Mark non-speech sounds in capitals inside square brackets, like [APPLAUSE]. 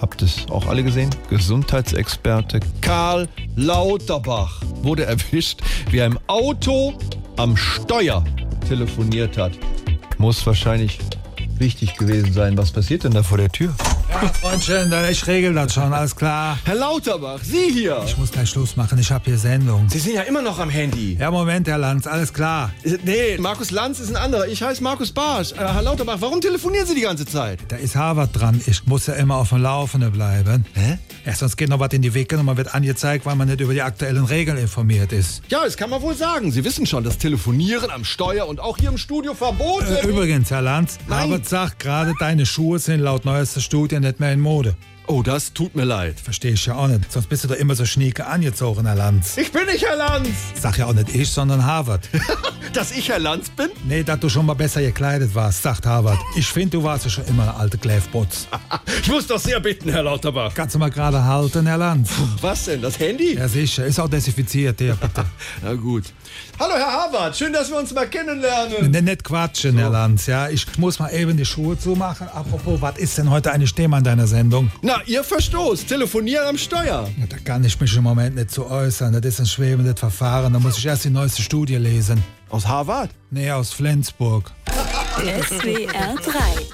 habt es auch alle gesehen, Gesundheitsexperte Karl Lauterbach wurde erwischt, wie er im Auto am Steuer telefoniert hat. Muss wahrscheinlich wichtig gewesen sein. Was passiert denn da vor der Tür? Ja, Freundchen, dann ich regel das schon, alles klar. Herr Lauterbach, Sie hier. Ich muss gleich Schluss machen, ich habe hier Sendung. Sie sind ja immer noch am Handy. Ja, Moment, Herr Lanz, alles klar. Äh, Nee, Markus Lanz ist ein anderer. Ich heiße Markus Barsch. Äh, Herr Lauterbach, warum telefonieren Sie die ganze Zeit? Da ist Harvard dran. Ich muss ja immer auf dem Laufenden bleiben. Hä? Ja, sonst geht noch was in die Wicke und man wird angezeigt, weil man nicht über die aktuellen Regeln informiert ist. Ja, das kann man wohl sagen. Sie wissen schon, das Telefonieren am Steuer und auch hier im Studio verboten. Äh, übrigens, Herr Lanz, Nein. Harvard sagt gerade, deine Schuhe sind laut neuester Studie nicht mehr in Mode. oh, das tut mir leid. Verstehe ich ja auch nicht. Sonst bist du doch immer so schnieke angezogen, Herr Lanz. Ich bin nicht Herr Lanz. Sag ja auch nicht ich, [LAUGHS] sondern Harvard. Dass ich Herr Lanz bin? Nee, dass du schon mal besser gekleidet warst, sagt Harvard. Ich finde, du warst ja schon immer ein alter Kläfbutz. Ich muss doch sehr bitten, Herr Lauterbach. Kannst du mal gerade halten, Herr Lanz? Was denn, das Handy? Ja, sicher. Ist auch desinfiziert, ja, bitte. Na gut. Hallo, Herr Harvard. Schön, dass wir uns mal kennenlernen. Nee, Ne, nicht quatschen, Herr Lanz, ja. Ich muss mal eben die Schuhe zumachen. Apropos, was ist denn heute eine Stimme an deiner Sendung? Na, Ihr Verstoß. Telefonieren am Steuer. Ja, da kann ich mich im Moment nicht zu äußern. Das ist ein schwebendes Verfahren. Da muss ich erst die neueste Studie lesen. Aus Harvard? Nee, aus Flensburg. SWR 3